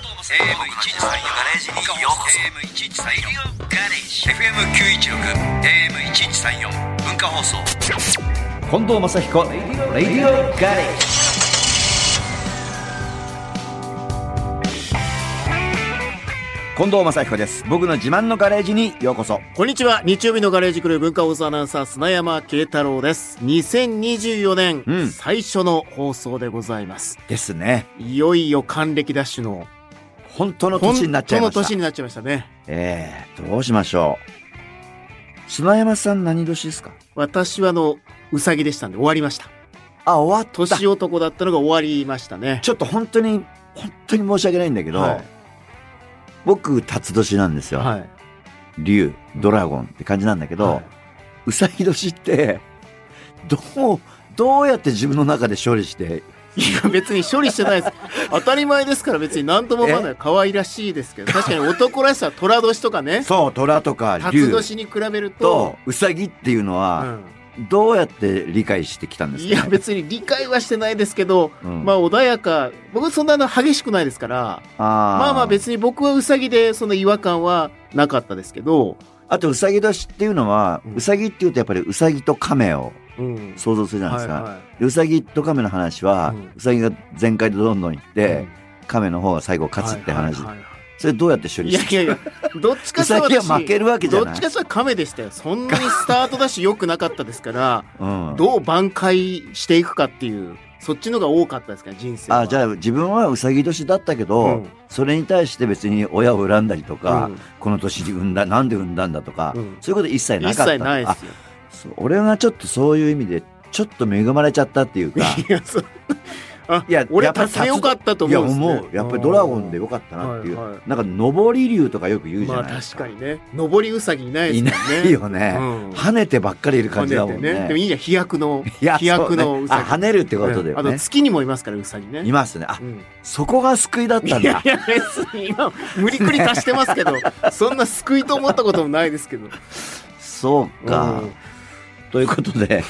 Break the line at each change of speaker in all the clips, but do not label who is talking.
AM113 ガレージにようこそ AM113 ガレージ FM916 AM1134 文化放送
近藤正彦レディオガレージ近藤正彦です僕の自慢のガレージにようこそ
こんにちは。日曜日のガレージクルー文化放送アナウンサー、砂山慶太郎です。2024年、
うん
最初の放送でございます。
ですね
いよいよ還暦ダッシュの、
本当の
本
年になっちゃいま
当の
し
年
た
になっちゃいましたね。
ええどうしましょう砂山さん何年ですか
私はあの、うさぎでしたんで終わりました。
あ終わっ
年男だったのが終わりましたね。
ちょっと本当に本当に申し訳ないんだけど、
はい
僕辰年なんですよ、
はい。
竜ドラゴンって感じなんだけど、
は
うさぎ年って、どう、どうやって自分の中で処理して、
い、いや、別に処理して ないです。当たり前ですから別に何とも思わない。可愛らしいですけど、確かに男らしさは虎年とかね、
そう、虎とか
辰
竜
年に比べると
と、うさぎっていうの
う
は、
ん
どうやって理解してきたんです
い
か、ね、
や、別に理解はしてないですけど、
うん
まあ穏やか、僕そんなの激しくないですから、
あー
まあまあ別に僕はウサギでその違和感はなかったですけど、
あと、うさぎ年っていうのは、
うん
うさぎっていうとやっぱりうさぎと亀を
うん
想像するじゃないで
は
すか。
いは
でうさぎと亀の話は、
う
うんさぎが全開でどんどんいっ
い。
て、亀の方が最後勝つって話。
はいはいはいは
それどうやって処
い
理
いや
し
い
て
やいや、どっちか
う
と
さぎは
私
負けるわけじゃ
どっ
ない
ちかとは亀でしたよ。そんなにスタートだし良くなかったですから、
うん、
どう挽回していくかっていう、そっちのが多かったですから、人生は。
あじゃあ自分はうさぎ年だったけど、
うん
それに対して別に親を恨んだりとか、
うん
この年に産んだなんで産んだんだとか、
うん
そういうこと一切な
一
かった
切ないですよ。
あそう俺がちょっとそういう意味でちょっと恵まれちゃったっていうか
いや、そう。あ、
いや
俺
やっぱり
立てよかったと
いや
思うんですね
思うやっぱりドラゴンでよかったなっていう、
はいはい
なんか上り竜とかよく言うじゃ
ま
な
あ
い、
確かにね上りウサギいない
い
です
な
からね
いよね、
うん
跳ねてばっかりいる感じだもんね
跳てでもいいじゃん飛躍の
いや
飛躍の
そう
ウ
ね
サギ
あ跳ねるってことだ
あ
よ
と
ね、
月にもいますからウサギね
いますねあ
うん
そこが救いだっ
い
た
や
ん
いや
だ
別に今無理くり足してま すけどそんな救いと思ったこともないですけど、
そうか、
うん
ということで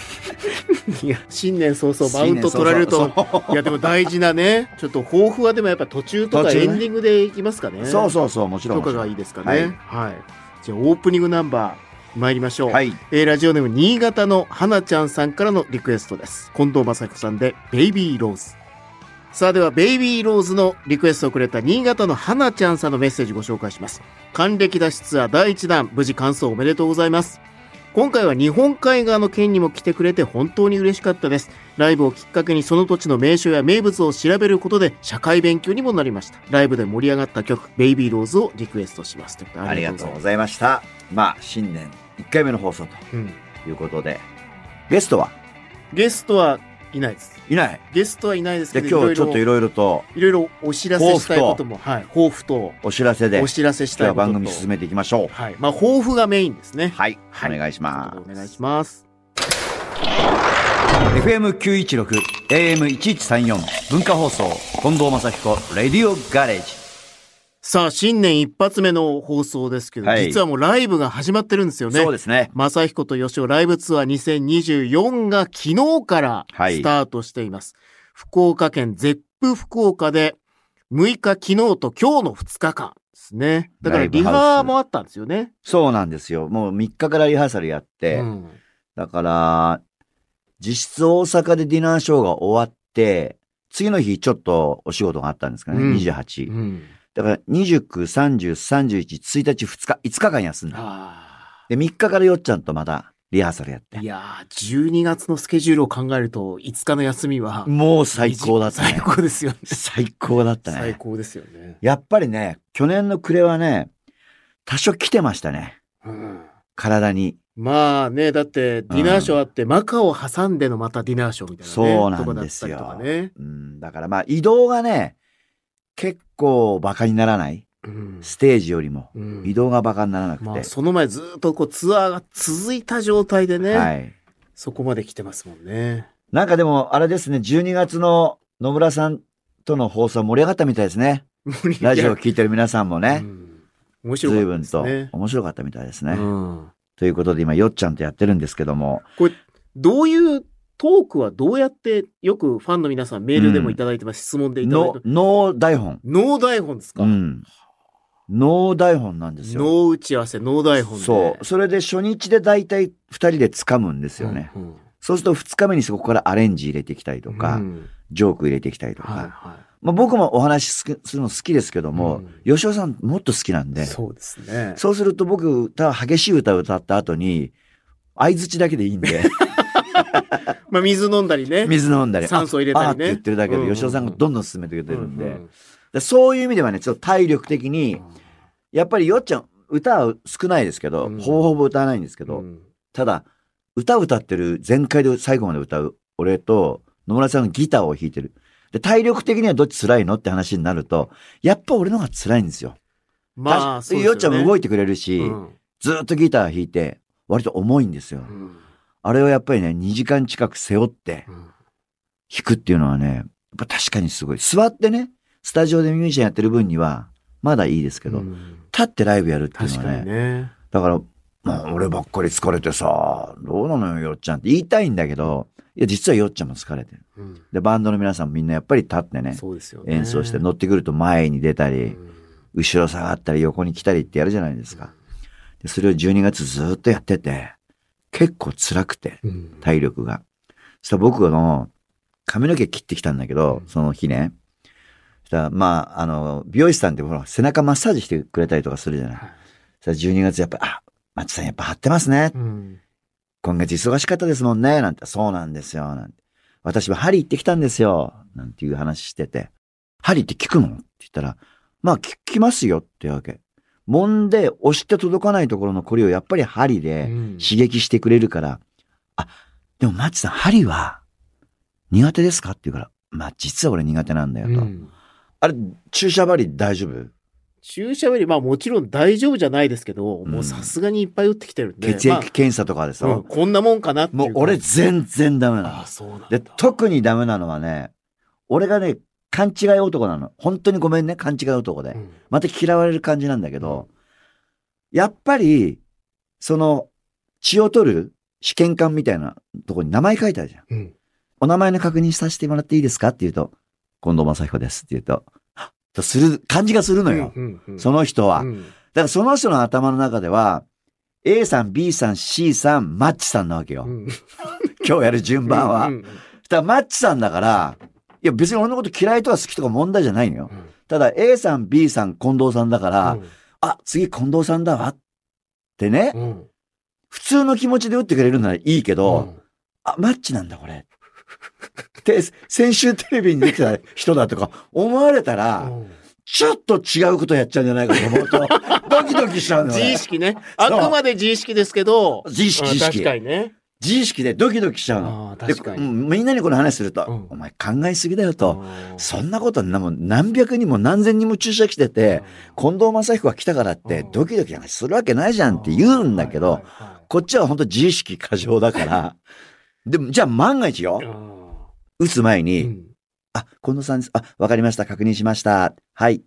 いや新年早々マウント取られると
新年早々
いやでも大事なねちょっと抱負はでもやっぱ途中とか
途中
エ
ね
ンディングでいきますかね
そうそうそう、もちろん。
とかがいいですかね
はい
はい、じゃあオープニングナンバー参りましょう
はい。
えーラジオネーム新潟の花ちゃんさんからのリクエストです。近藤正彦さんで、ベイビーローズ。さあでは、ベイビーローズのリクエストをくれた新潟の花ちゃんさんのメッセージご紹介します。還暦脱出ツアー第1弾、無事完走おめでとうございます。今回は日本海側の県にも来てくれて本当に嬉しかったです。ライブをきっかけにその土地の名所や名物を調べることで社会勉強にもなりました。ライブで盛り上がった曲、ベイビーローズをリクエストします。ということで
ありがとうございました。まあ、新年1回目の放送
す。うん
ということで、ゲストは
ゲストはいないです。
いない。
ゲストはいないです
じ
け
ゃあ
ど、
今日ちょっとい
いろ
ろいろと
いろいろお知らせしたいことも、はい、抱負と
お知らせで、
お
今
知らせし
日
たい
は
ことと
番組進めていきましょう。
はい、まあ抱負がメインですね。
はい。お
はい
願いしま
お願いします。
す。FM916、AM1134、文化放送、近藤正彦、レディオガレージ。
さあ新年一発目の放送ですけど、
はい
実はもうライブが始まってるんですよね。
そうですね。
正彦と吉尾ライブツアー2024が昨日から
はい
スタートしています。福岡県ゼップ福岡で6日昨日と今日の2日間ですね。だから
ライブ
リ
ハウス
ハもあったんですよね。
そうなんですよ。もう3日からリハーサルやって、
うん
だから、実質大阪でディナーショーが終わって、次の日ちょっとお仕事があったんですかね、
うん
28。
うん
だから29、30、31、1日、2日、5日間休んだ。
あ
で、3日からよっちゃんとまたリハーサルやっ
あ。
て
い。やー、12月のスケジュールを考えると、5日の休みは、
もう最高だった
最
ね。
高ですよね。
最高だった
最
ね。
高ですよね。
やっぱりね、去年の暮れはね、多少来てましたね。
うん
体に。
まあね、だって、ディナーショーあって、マカオ挟んでのまたディナーショーみたいなね。
そうなんですよ
とこだったりとかね。
うん、だからまあ移動がね、結構バカにならない。
うん
ステージよりも。
うん
移動がバカにならなくて。
まあ、その前ずっとこうツアーが続いた状態でね、
はい。
そこまで来てますもんね。
なんかでも、あれですね、12月の野村さんとの放送盛り上がったみたいですね。ラジオを聞いてる皆さんも
う
ね。
ん面白
随
かった
分
です
と
ね。
面白かったみたいですね。
うん
ということで今、よっちゃんとやってるんですけども、
どういうトークはどうやって、よくファンの皆さんメールでもいただいてます、質問でいただいて
の、脳台本。
ノー台本ですか、
う
ノ
ん。脳台本なんですよ。
ー打ち合わせ、ノー台本で。
そう。それで初日で大体二人で掴むんですよね。
うんうん
そうすると二日目にそこからアレンジ入れてきたりとか、
うん
ジョーク入れてきたりとか。
はいは
まあ、僕もお話しすするの好きですけども、
う
吉尾さんもっと好きなん
い。
で、
そうですね。
そうすると僕、歌、激しい歌を歌った後に、相槌だけでいいん で、
まあ、水飲んだりね。
水飲んだり、
酸素入れたり
あ
ね
あって言ってるだけ
うんうん
で、
うん
吉尾さんがどんどん進めてくれてるんで、
う
でそういう意味ではね、ちょっと体力的
う
に
ん、
やっぱりよっちゃん、歌は少ないですけど、
うん
ほぼほぼ歌わないんですけど、
うん
ただ、歌歌ってる、全開で最後まで歌う、俺と、野村さんのギターを弾いてる。で、体力的にはどっち辛いのって話になると、やっぱ俺の方が辛いんですよ。
まあ、
だし
そうです
よっちゃんも動
い
いてくれるし、
うん
ずーっとギター弾いて、割と重いんですよ。
うん
あれをやっぱりね、2時間近く背負って
うん
弾くっていうのはね、やっぱ確かにすごい。座ってね、スタジオでミュージシャンやってる分には、まだいいですけど、
うん
立ってライブやるっていう
確
の
か
はね、
にね。
だから、まあ、俺ばっかり疲れてさ、どうなのよ、よっちゃんって言いたいんだけど、いや、実はよっちゃんも疲れてる。
うん
で、バンドの皆さんもみんなやっぱり立ってね、
そうですよね。
演奏して乗ってくると前に出た
う
り、
ん
後ろ下がったり横に来たりってやるじゃないですか。でそれを12月ずっとやってて、結構辛くて、
うん
体力が。そしたら僕の髪の毛切ってきたんだけど、その日ね。そしたら、まあ、あの、美容師さんってほら、背中マッサージしてくれたりとかするじゃない。
はい
そしたら12月やっぱ、あ、松さんやっぱ張ってますね。
うん
今月忙しかったですもんね。なんて、そうなんですよ。なんて。私は針行ってきたんですよ。なんていう話してて。針って効くのって言ったら、まあ効きますよってわけ。揉んで押して届かないところのこりをやっぱり針で、
うん
刺激してくれるから、あ、でもマッチさん、針は苦手ですかって言うから、まあ実は俺苦手なんだよと。
うん
あれ、注射針大丈夫
注射より、まあもちろん大丈夫じゃないですけど、
うん
もうさすがにいっぱい打ってきてるんで。
血
まあ
液検査とかでさ、
うんこんなもんかなっていう
もう
感じ
俺全然ダメな
あ
の
あ、。そうなんだ。
で、特にダメなのはね、俺がね、勘違い男なの。本当にごめんね、勘違い男で。
うん
また嫌われる感じなんだけど、やっぱり、その、血を取る試験管みたいなとこに名前書いてあるじゃん。
うん
お名前の確認させてもらっていいですかって言うと、近藤正彦ですって言うと、はっとする、感じがするのよ。
うんうん
その人は。
う
だ
ん
からその人の頭の中では、A さん、B さん、C さん、マッチさんなわけよ。
うん
今日やる順番は。
う
だか
ん
らマッチさんだから、いや別に俺のこと嫌いとか好きとか問題じゃないのよ。ただ A さん、B さん、近藤さんだから、あ、次近藤さんだわってね、
うんうん
普通の気持ちで打ってくれるならいいけど、あ、マッチなんだ、これ。 で、先週テレビに出てた人だとか思われたら、
うん
ちょっと違うことやっちゃうんじゃないかと思う と、ドキドキしちゃうの
自
よ
意。識ね。あくまで自意識ですけど。
自意識、
うん
自意
確
識
か。にね。
自意識でドキドキしちゃうの。
ああ、
で
確か
う
に。
んみんなにこの話すると、
うん
お前考えすぎだよと。
うん
そんなことなもう何百人も何千人も注射来てて、近藤正彦が来たからって
うん
ドキドキなんかするわけないじゃんって言うんだけど、
はいはいはい
こっちは本当自意識過剰だ から、でもじゃあ万が一よ、打つ前に、
うん
あ、近藤さんです。あ、わかりました。確認しました。はい。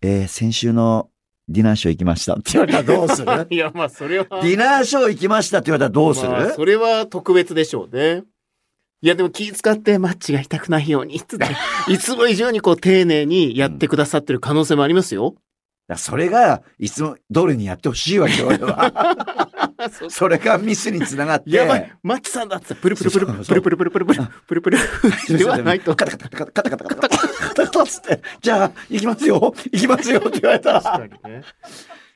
えー先週のディナーショー行きましたって言われたらどうするデ
いや、まあ、それは。
ィナーショー行きましたって言われたらどうする、
まあそれは特別でしょうね。いや、でも気遣ってマッチが痛くないように、つって、いつも以上にこう丁寧にやってくださってる可能性もありますよ。
だからそれが、いつも通りにやってほしいわけよ、俺は。それがミスにつながって。
やばい、マッチさんだっつって、プルプルプル、
そう
プルプルプルプルプル、プルプル。ではないと
カタカタカタカタカタカタカタカタカタつって、じゃあ、行きますよ行きますよって言われたら。
にね。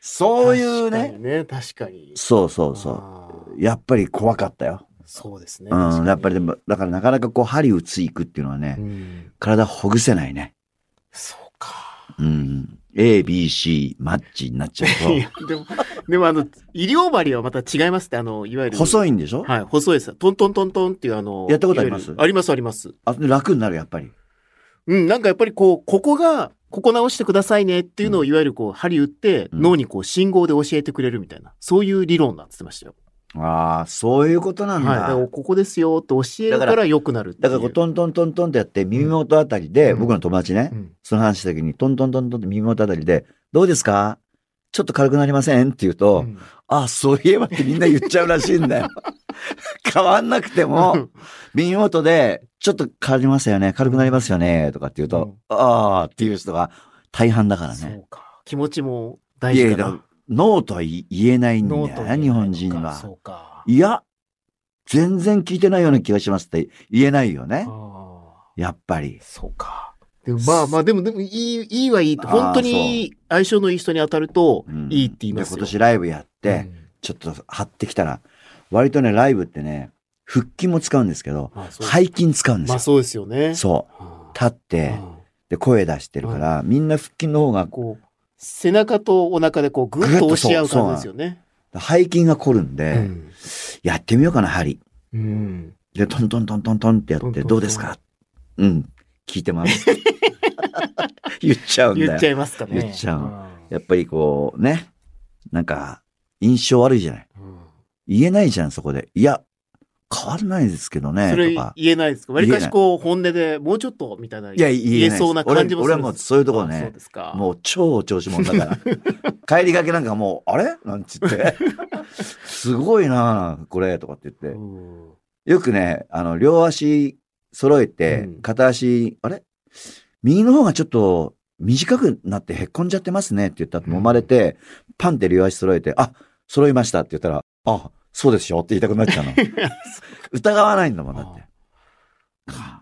そういうね。。
ね、確かに。
そうそうそう。
う。
やっぱり怖かったよ。
そうですね。
うん。やっぱりで
も。
も、だからなかなかこう、針打つ行くっていうのはね、
うん
体ほぐせないね。
そうか。
うん。A、B、C、マッチになっちゃ
いうや、でも、でもあの、医療針はまた違いますって、あの、いわゆ
と。
る。
細いんでしょ、
はい、細いです。トントントントンっていうあの、
やったことあります
いわゆるありますあります。
あ楽になる、やっぱり。
うん、なんかやっぱりこう、ここが、ここ直してくださいねっていうのをいわゆるこう、針打って、
うん
脳にこう、信号で教えてくれるみたいな、そういう理論なんて言ってましたよ。
ああ、そういうことなんだ。
はい。だからここですよって教えるか
だから
良くなるっていう。
だからこう、トントントントンってやって、耳元あたりで、
うん
僕の友達ね、
うん
その話した時に、トントントントンって耳元あたりで、どうですかちょっと軽くなりませんって言うと、
うん
ああ、そういえばってみんな言っちゃうらしいんだよ。変わんなくても、耳元で、ちょっと変わりましたよね、軽くなりますよね、とかって言うと、ああっていう人が大半だから
そ
ね。
うか。気持ちも大事
いや
だ
いやノーとは言えないんだ
ノー
よ
ト
な、日本人
そ
は。
うか。
いや、全然聞いてないような気がしますって言えないよね。
あ
やっぱり
ー。そうか。でもまあまあ、でも、でも、いい、いいはいいと。
あー
本当に相性のいい人に当たると
うん、
いいって言いま
で
すよ。
今年ライブやって、ちょっと張ってきたら、割とね、ライブってね、腹筋も使うんですけど、
うん、まあそう
背筋使うんで
まあ
すよ。
そうですよね。
そう。
うん
立って、で、声出してるから、みんな腹筋の方が、
こう、背中とお腹でこう、ぐっと押し合う感じですよね。
背筋が凝るんで、
うん
やってみようかな、針。
うん。
で、トントントントントンってや
ト
っ
ント
て、
ントン
どうですかうん、聞いて ます。言っちゃうんだよ。
言っちゃいますかね。
言っちゃう
う
やっぱりこう、ね、なんか、印象悪いじゃない。
ん。うん
言えないじゃん、そこで。いや、変わらないですけどね、
それ
とか。
言えないですかわ
言え
り
ない
かしこう、本音でもうちょっとみたいな。
いや、言えないです。
そうな感じもす
俺
る
俺はもうそういうところ
あそ
ね
うで、すか。
もう超調子者だか ら。帰りがけなんかもう、あれなんつって。すごいなあこれ、とかって言って。
うん
よくね、あの、両足揃えて、
うん
片足、あれ右の方がちょっと短くなってへっこんじゃってますねって言ったと揉まれて、パンって両足揃えて、あ、揃いましたって言ったら、あ、そうですよって言いたくなっ ちゃうの。疑わないんだもん、だって。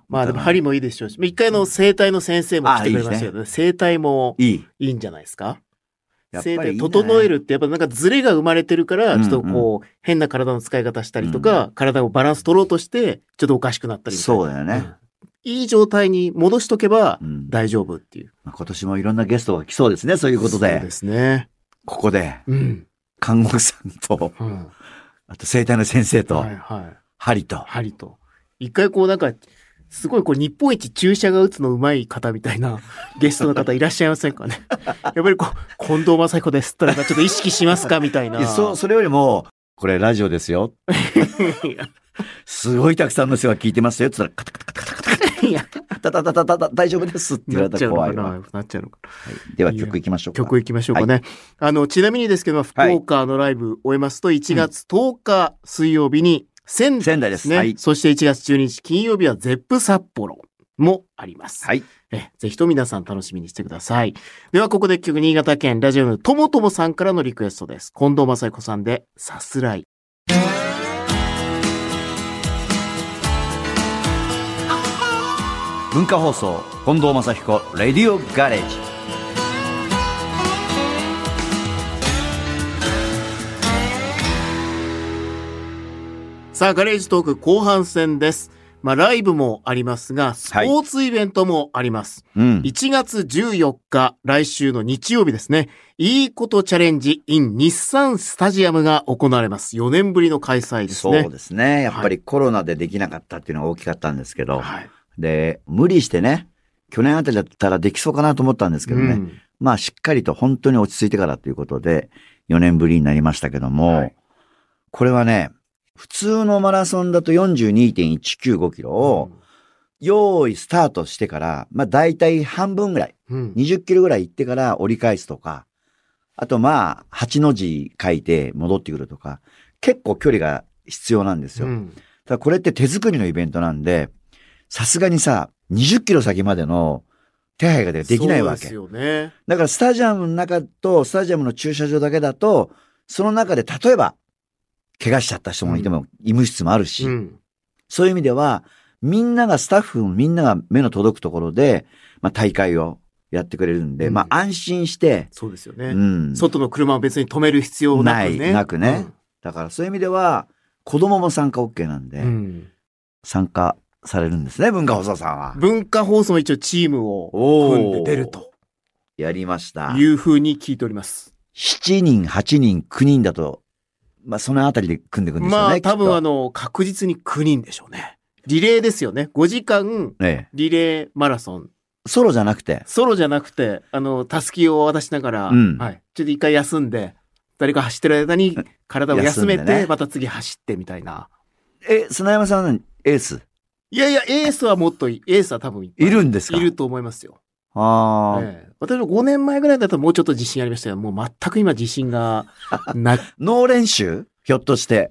まあでも
疑わない
針もいいでしょうし、一回の整体の先生も来てくれましたけど、ね、整体も
いい。
いいんじゃないですか
やっぱりいい
整
ね
体整えるってやっぱなんかズレが生まれてるから、
うんうん
ちょっとこう、変な体の使い方したりとか、体をバランス取ろうとして、ちょっとおかしくなったりみたいな
そうだよね。
うんいい状態に戻しとけば
うん
大丈夫っていう。
まあ今年もいろんなゲストが来そうですね、そういうことで。
そうですね。
ここで、
うん。
看護婦さんと、
うん。
あと生体の先生と
はい、はい。
針と、
針と。一回こうなんか、すごいこう日本一注射が打つのうまい方みた いなゲストの方いらっしゃいませんかねやっぱりこう、近藤正彦ですったらなんかちょっと意識しますかみたい
い
な。
やそ、それよりも、これラジオですよ。 すごいたくさんの人が聞いてますよ。つったら、カタカタカタカタカ
いや、
タ、タタタタタタ、大丈夫ですって言
な
わ
っ
れた
ちゃ
ら
うの
怖
か
いわ。は
な。なっちゃうのかな。
いでは曲いきましょうか。
曲行きましょうかね。あの、ちなみにですけど、福岡のライブ終えますと、1月10日水曜日に仙台
仙台で。
ですすね。
はい。
そして1月12日金曜日はゼップ札幌もあります。
はい。
え、ぜひと皆さん楽しみにしてください。では、ここで曲、新潟県ラジオのともともさんからのリクエストです。近藤正彦さんで、さすらい。
文化放送、近藤正彦、レディオガレージ。
さあ、ガレージトーク後半戦です。まあ、ライブもありますが、スポーツイベントもあります。
うん。
1月14日、来週の日曜日ですね。いいことチャレンジ in 日産スタジアムが行われます。4年ぶりの開催ですね。
そうですね。やっぱりコロナでできなかったっていうのが大きかったんですけど、
はい。
で、無理してね、去年あたりだったらできそうかなと思ったんですけどね、
うん
まあしっかりと本当に落ち着いてからということで、4年ぶりになりましたけども、
はい
これはね、普通のマラソンだと42.195キロを、用意スタートしてから、まあ大体半分ぐらい、
うん、
20キロぐらい行ってから折り返すとか、あとまあ8の字書いて戻ってくるとか、結構距離が必要なんですよ。
うん
ただこれって手作りのイベントなんで、さすがにさ、20キロ先までの手配ができないわけ。
そうですよね。
だからスタジアムの中とスタジアムの駐車場だけだと、その中で例えば、怪我しちゃった人もいても、医務室もあるし、
うん
そういう意味では、みんなが、スタッフみんなが目の届くところで、まあ大会をやってくれるんで、
うん
まあ安心して、
そうですよ
う
ね。
ん。
外の車を別に止める必要なくね。
ないなくねだからそういう意味では、子供も参加 OK なんで、
うん。うん
参加されるんですね、文化放送さんは。
文化放送も一応チームを組んで出ると
やりました
い。うふうに聞いております。
7人、8人、9人だと、まあそのあたりで組んでいくんですよね。
まあ
きっと
多分あの確実に9人でしょうね。リレーですよね。5時間
ええ。
リレーマラソン。
ソロじゃなくて、
ソロじゃなくて、あの、たすきを渡しながら、
うん
はい。ちょっと一回休んで、誰か走ってる間に体を休め
休ん
て、
でね
また次走ってみたいな。
え、砂山さんはエース
いやいや、エースはもっといい、エースは多分いっぱ
いるんですか
いると思いますよ。
ああ、
ええ私も5年前ぐらいだともうちょっと自信ありましたけど、もう全く今自信がな、
脳練習ひょっとして。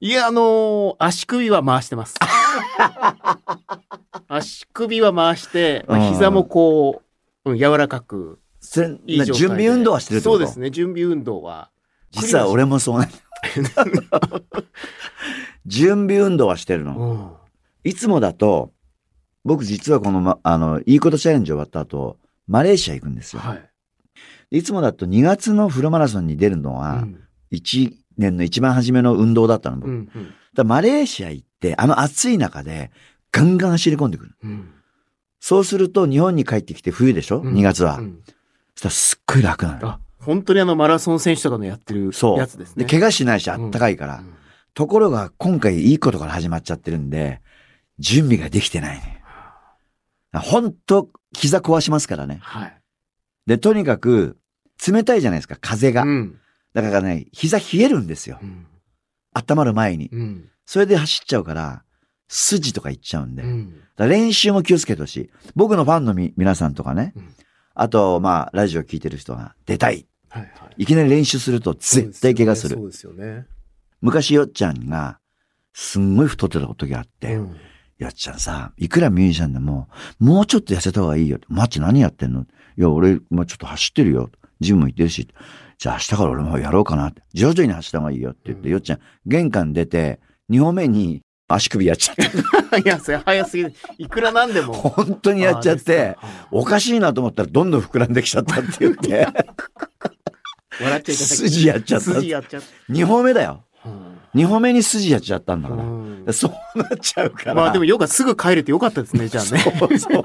いや、あのー足首は回し てます。足首は回して、ま
う
あ、
ん
膝もこう、うん、柔らかく。
それ、
いい状態で
準備運動はしてるってこ
そ
と
うですね。準備運動は。
実は俺もそう なんだ準備運動はしてるの。
うん。
いつもだと、僕実はこの、ま、あの、いいことチャレンジ終わった後、マレーシア行くんですよ。
はい。
いつもだと2月のフルマラソンに出るの
う
は、
ん
1年の一番初めの運動だったの、
う
僕。だか
んうん
らマレーシア行って、あの暑い中で、ガンガン走り込んでくる。
うん。
そうすると、日本に帰ってきて冬でしょ
うん
?2 月は
う。ん
そしたらすっごい楽なの。
あ、本当にあの、マラソン選手とかのやってる
そう
やつです
で、
ね。
怪我しないし、あったかいから。
うん
ところが、今回いいことから始まっちゃってるんで、準備ができてないね。ほんと、膝壊しますからね。
はい。
で、とにかく、冷たいじゃないですか、風が
う。ん。
だからね、膝冷えるんですよ
う。ん
温まる前に。
うん。
それで走っちゃうから、筋とかいっちゃうんで。
う
だか
ん。
ら練習も気をつけてほしい。僕のファンのみ皆さんとかね
うん。
あと、まあ、ラジオ聞いてる人が、出たい。
はいはい。
いきなり練習すると絶対怪我する。
そうですよね。
昔よっちゃんが、すんごい太ってた時があって、
うん
よっちゃんさ、いくらミュージシャンでも、もうちょっと痩せた方がいいよ。マッチ何やってんのいや、俺、まあ、ちょっと走ってるよ。ジムも行ってるし。じゃあ明日から俺もやろうかなって。徐々に走った方がいいよって言って、
うん
よっちゃん、玄関出て、2歩目に足首やっちゃって、
いや、それ早すぎる。いくらなんでも。
本当にやっちゃって、
あ。ですか
おかしいなと思ったらどんどん膨らんできちゃったって 言って、
笑っちゃいけない。
筋やっちゃった。
筋やっちゃっ
2歩目だよ。
た。うん
2歩目に筋やっちゃったんだから。
うん
そうなっちゃうから。
まあでもよかすぐ帰れてよかったですね、じゃあね。
そうそう。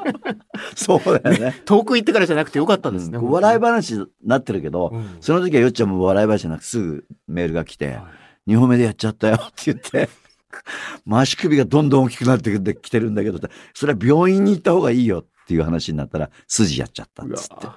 そうだよね。
遠く行ってからじゃなくてよかったですね。
うん笑い
場
話になってるけど、その時はよっちゃんも笑い話じゃなくすぐメールが来て、2本目でやっちゃったよって言っ て、まあ足首がどんどん大きくなってきてるんだけど、それは病院に行った方がいいよっていう話になったら、筋やっちゃったっつって。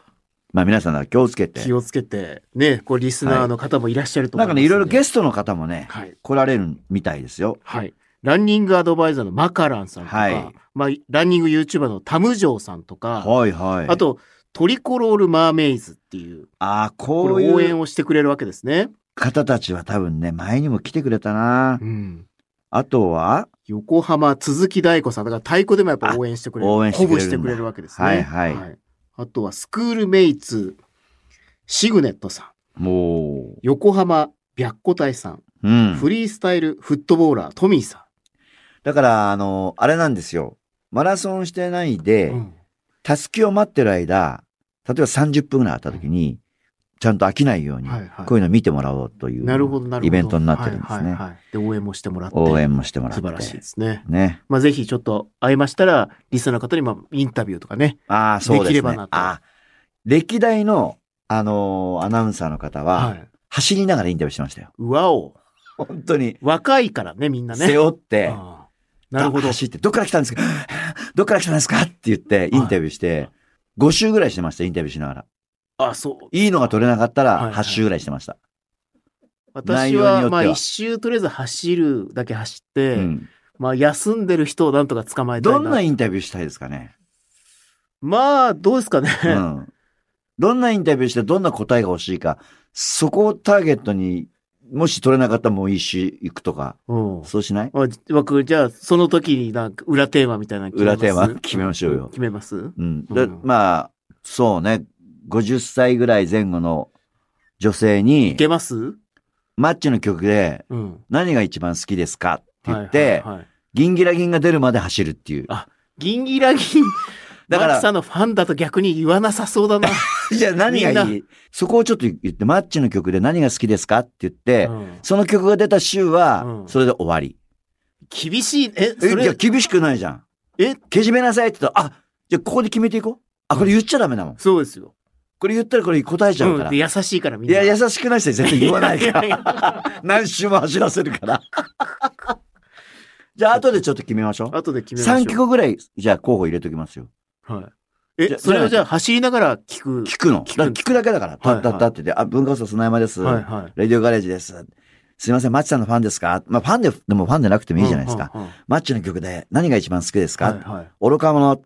まあ皆さんだから気をつけて。
気をつけて、ね、こうリスナーの方もいらっしゃると
ない
思
んか
ますんで、
ね、いろいろゲストの方もね、
はい。
来られるみたいですよ。
はい。ランニングアドバイザーのマカランさんとか、
はい
まあ、ランニング YouTuber のタムジョーさんとか、
はいはい。
あ、と、トリコロールマーメイズっていう、
ああ、こ
こ
う
れ応
い
援
う
をしてくれるわけですね。
方たちは多分ね、前にも来てくれたな
う。ん。
あとは、
横浜鈴木大子さん、だから太鼓でもやっぱ応援してくれる。
あ応援してくれるんだ
鼓舞してくれるわけですね。
はいはい
あとはスクールメイツ、シグネットさん、
も
横浜白虎隊さん、
う、うん。
フリースタイルフットボーラー、トミーさ
だから、あの、あれなんですよ。マラソンしてない
ん。
で、
うん
たすきを待ってる間、例えば30分ぐらいあった時に、ちゃんと飽きないように、
はいはい
こういうの見てもらおうという
なるほど、なるほど。
イベントになってるんです
はいはい
ね。
はいで、応援もしてもらって。
応援もしてもらっ
素
て。
晴らしいですね。
ね。
まあ、ぜひちょっと会いましたら、リスナーの方にまあインタビューとかね。
ああ、そうですね。
できればなと
あ歴代の、あのーアナウンサーの方は、
い。
走りながらインタビューしてましたよ。
うわお。
本当に、
若いからね、みんなね。
背負って、
ああなるほど。
走って、どっから来たんですか どっから来たんですかって言って、インタビューして、
はい
5周ぐらいしてました、インタビューしながら。
あ、そう。
いいのが取れなかった
はいは
ら、
い
8周ぐらいしてました。内容によっ
私
て
は、
は
まあ、一周とりあえず走るだけ走って、
うん
まあ、休んでる人をなんとか捕まえたいな。
どんなインタビューしたいですかね、
まあ、どうですかね。
うん、どんなインタビューしてどんな答えが欲しいか、そこをターゲットに、もし取れなかったらもう一周行くとか、
うん。
そうしない
あじ僕、じゃあ、その時になんか、裏テーマみたいなの決めま
裏
す
テーマ決めましょうよ。
決めます
うん。で
うん
まあ、そうね、50歳ぐらい前後の女性
い
に、
けます
マッチの曲で
うん。
何が一番好きですかって言って、
はいはいはい
ギンギラギンが出るまで走るっていう。
ギンギラギン、
だ
だ
か
からら。さんのファンだと逆に言わなさそう だな。
じゃあ何が
み
いいそこをちょっと言って、マッチの曲で何が好きですかって言って、
うん
その曲が出た週は
う、ん
それで終わり。
厳しい、え、
え、
そ
じゃあ
れ、
厳しくないじゃん。
え
けじめなさいって言ったら、あ、じゃあここで決めていこう。あ、これ言っちゃダメだもん。
そうですよ。
これ言ったらこれ答えちゃうから。
うんで
い
優しいからみんな。
や、優しくない人は絶対言わないか
いやいやいや
ら。何周も走らせるから。じゃあ後でちょっと決めましょう。
後で決めましょう。
3曲ぐらい、じゃあ候補入れときますよ。
はい。
じゃ
え、それをじゃあ走りながら聞く。
聞くの。
聞
聞
く
く聞くだけだから。
はいは
た
い
たたってて、あ、文化放送砂山です。
はいはい。
レディオガレージです。すいません、マッチさんのファンですかまあ、ファンで、でもファンでなくてもいいじゃないですか。
うんうんうん。
マッチの曲で何が一番好きですか、
はいはい
愚か者。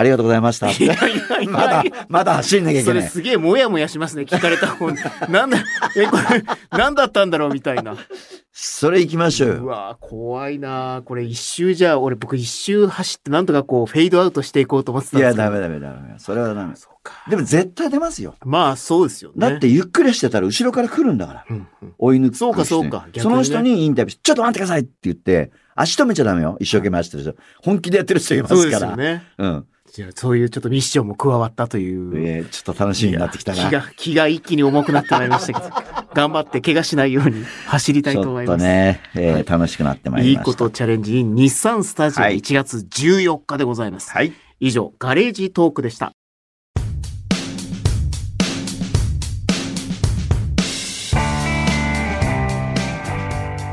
ありがとうございました。
いやいやいや
まだ、まだ走んなきゃいけ
そ
な
れ
い。
すげえもやもやしますね、聞かれた方。なんだ、え、これ、なんだったんだろうみたいな。
それ行きましょう
う
よ。
わー怖いなーこれ一周じゃあ、俺僕一周走ってなんとかこうフェードアウトしていこうと思ってた
い
んで
や、
すけ
ダ
ど。
メダメダメ。それはダメ。
そうか。
でも絶対出ますよ。
まあそうですよね。
だって、ゆっくりしてたら後ろから来るんだから。
うんうん
追い抜くして
そうかそうか逆にね
その人にインタビューして、ちょっと待ってくださいって言って、足止めちゃダメよ。一生懸命走ってる人。本気でやってる人います
そ
から。
うですよね。
うん。
じゃあそういうちょっとミッションも加わったという。
えーちょっと楽しみになってきた
いや
な。
気が、気が一気に重くなってまいりま したけど、頑張って怪我しないように走りたい
ち
と
ょ
思
っ
い
と
ます。
ね、えー楽しくなってまい
い
り
い
ました。
ことチャレンジ in 日産スタジオ
はい
1月14日でございます。
はい。
以上、ガレージトークでした。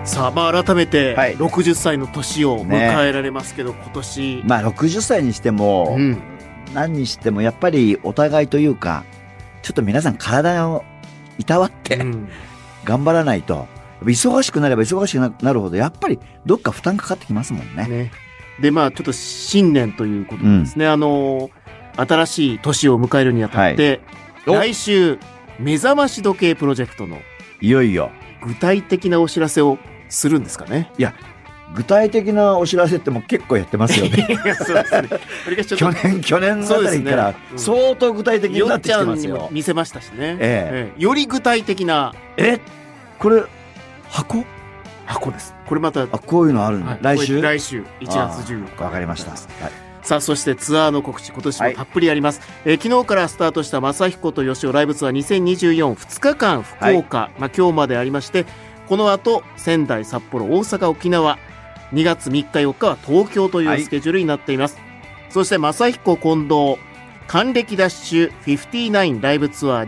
さあ、まあ改めて
はい
60歳の年を迎
ね
えられますけど、今年、
まあ、60歳にしても、
うん、
何にしても、やっぱりお互いというか、ちょっと皆さん体をいたわって、
うん
頑張らないと、やっぱ忙しくなれば忙しくななるほど、やっぱりどっか負担かかってきますもんね。
ね。で、まあちょっと新年ということでですね、あの、新しい年を迎えるにあたって、
はいお
来週、目覚まし時計プロジェクトの
いよいよ。
具体的なお知らせをするんですか ね。
具体的なお知らせってもう結構やってますよ ね。
いや、そうですね。これがちょっと
去年、去年あたりから
そうですね
相当具体的に
よ
な
っ
ってき
ちゃ
て
ん
ます
にも
よ。
見せましたしね。
え
ええより具体的な
え、これ、箱
箱です。これまた、
あ、こういうのあるの、
はい
来週
来週、1月
あー
14日。
わかりました。はい
さあ、そしてツアーの告知、今年もたっぷりあります。えー昨日からスタートした正彦と吉尾ライブツアー2024、2日間福岡、まあ今日までありまして、この後、仙台、札幌、大阪、沖縄、2月3日、4日は東京とい
は
う
い
スケジュールになっています。そして、正彦近藤、還暦ダッシュ59ライブツアー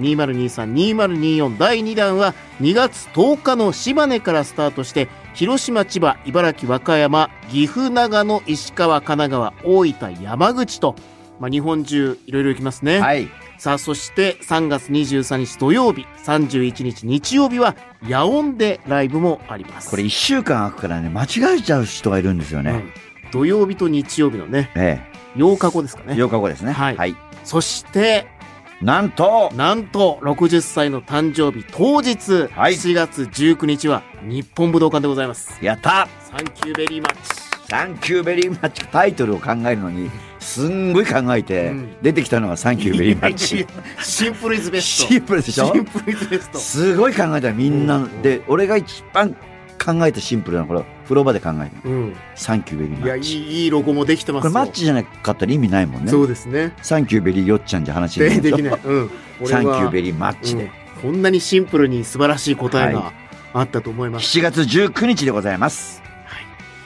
2023-2024第2弾は2月10日の島根からスタートして広島、千葉、茨城、和歌山、岐阜、長野、石川、神奈川、大分、山口と、まあ、日本中いろいろ行きますね。
はい。
さあ、そして3月23日土曜日、31日日曜日は、野音でライブもあります。
これ一週間空くからね、間違えちゃう人がいるんですよ
う
ね。
ん土曜日と日曜日のね、
え
8日後ですか
え。
ね。
8日後ですね。
はいそして、
なんと、
なんと、60歳の誕生日当日、
はい
7月19日は、日本武道館でございます。
やった
サンキューベリーマッチ。
サンキューベリーマッチタイトルを考えるのに、すんごい考えて、
うん
出てきたのがサンキューベ リーマッチ。
シンプルイズベスト。
シンプルでしょ
シンプルイズベスト。
すごい考えたよみんな、
うん
で俺が一番考えたシンプルなのこれ風呂場で考えた
うん。
サンキューベリーマ
いや、い
ッチ
い、いいロゴもできてます
これ
よ。
マッチじゃなかったら意味ないもんね
そうですね。
サンキューベリーよっちゃんじゃ話にな
で
るで
で
しょ
きない。うん。
サンキューベ
リ
リーマッチで、
こんなにシンプルに素晴らしい答え
は
があったと思います。
7月19日でございます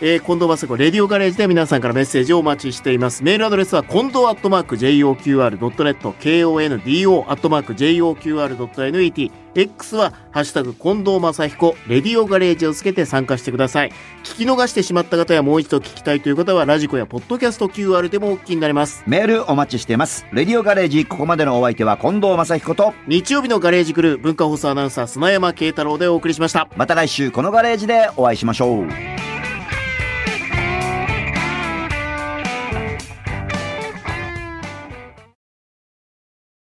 えー近藤正子、レディオガレージで皆さんからメッセージをお待ちしています。メールアドレスは、近藤アットマーク JOQR.net、KONDO アットマーク JOQR.net、X は、ハッシュタグ、近藤正彦、レディオガレージをつけて参加してください。聞き逃してしまった方やもう一度聞きたいという方は、ラジコやポッドキャスト QR でもお聞きになります。
メールお待ちしていますレディオガレージここまでのお相手は近藤正彦と
日曜日のガレージクルー、文化放送アナウンサー、砂山慶太郎でお送りしました。
また来週このガレージでお会いしましょう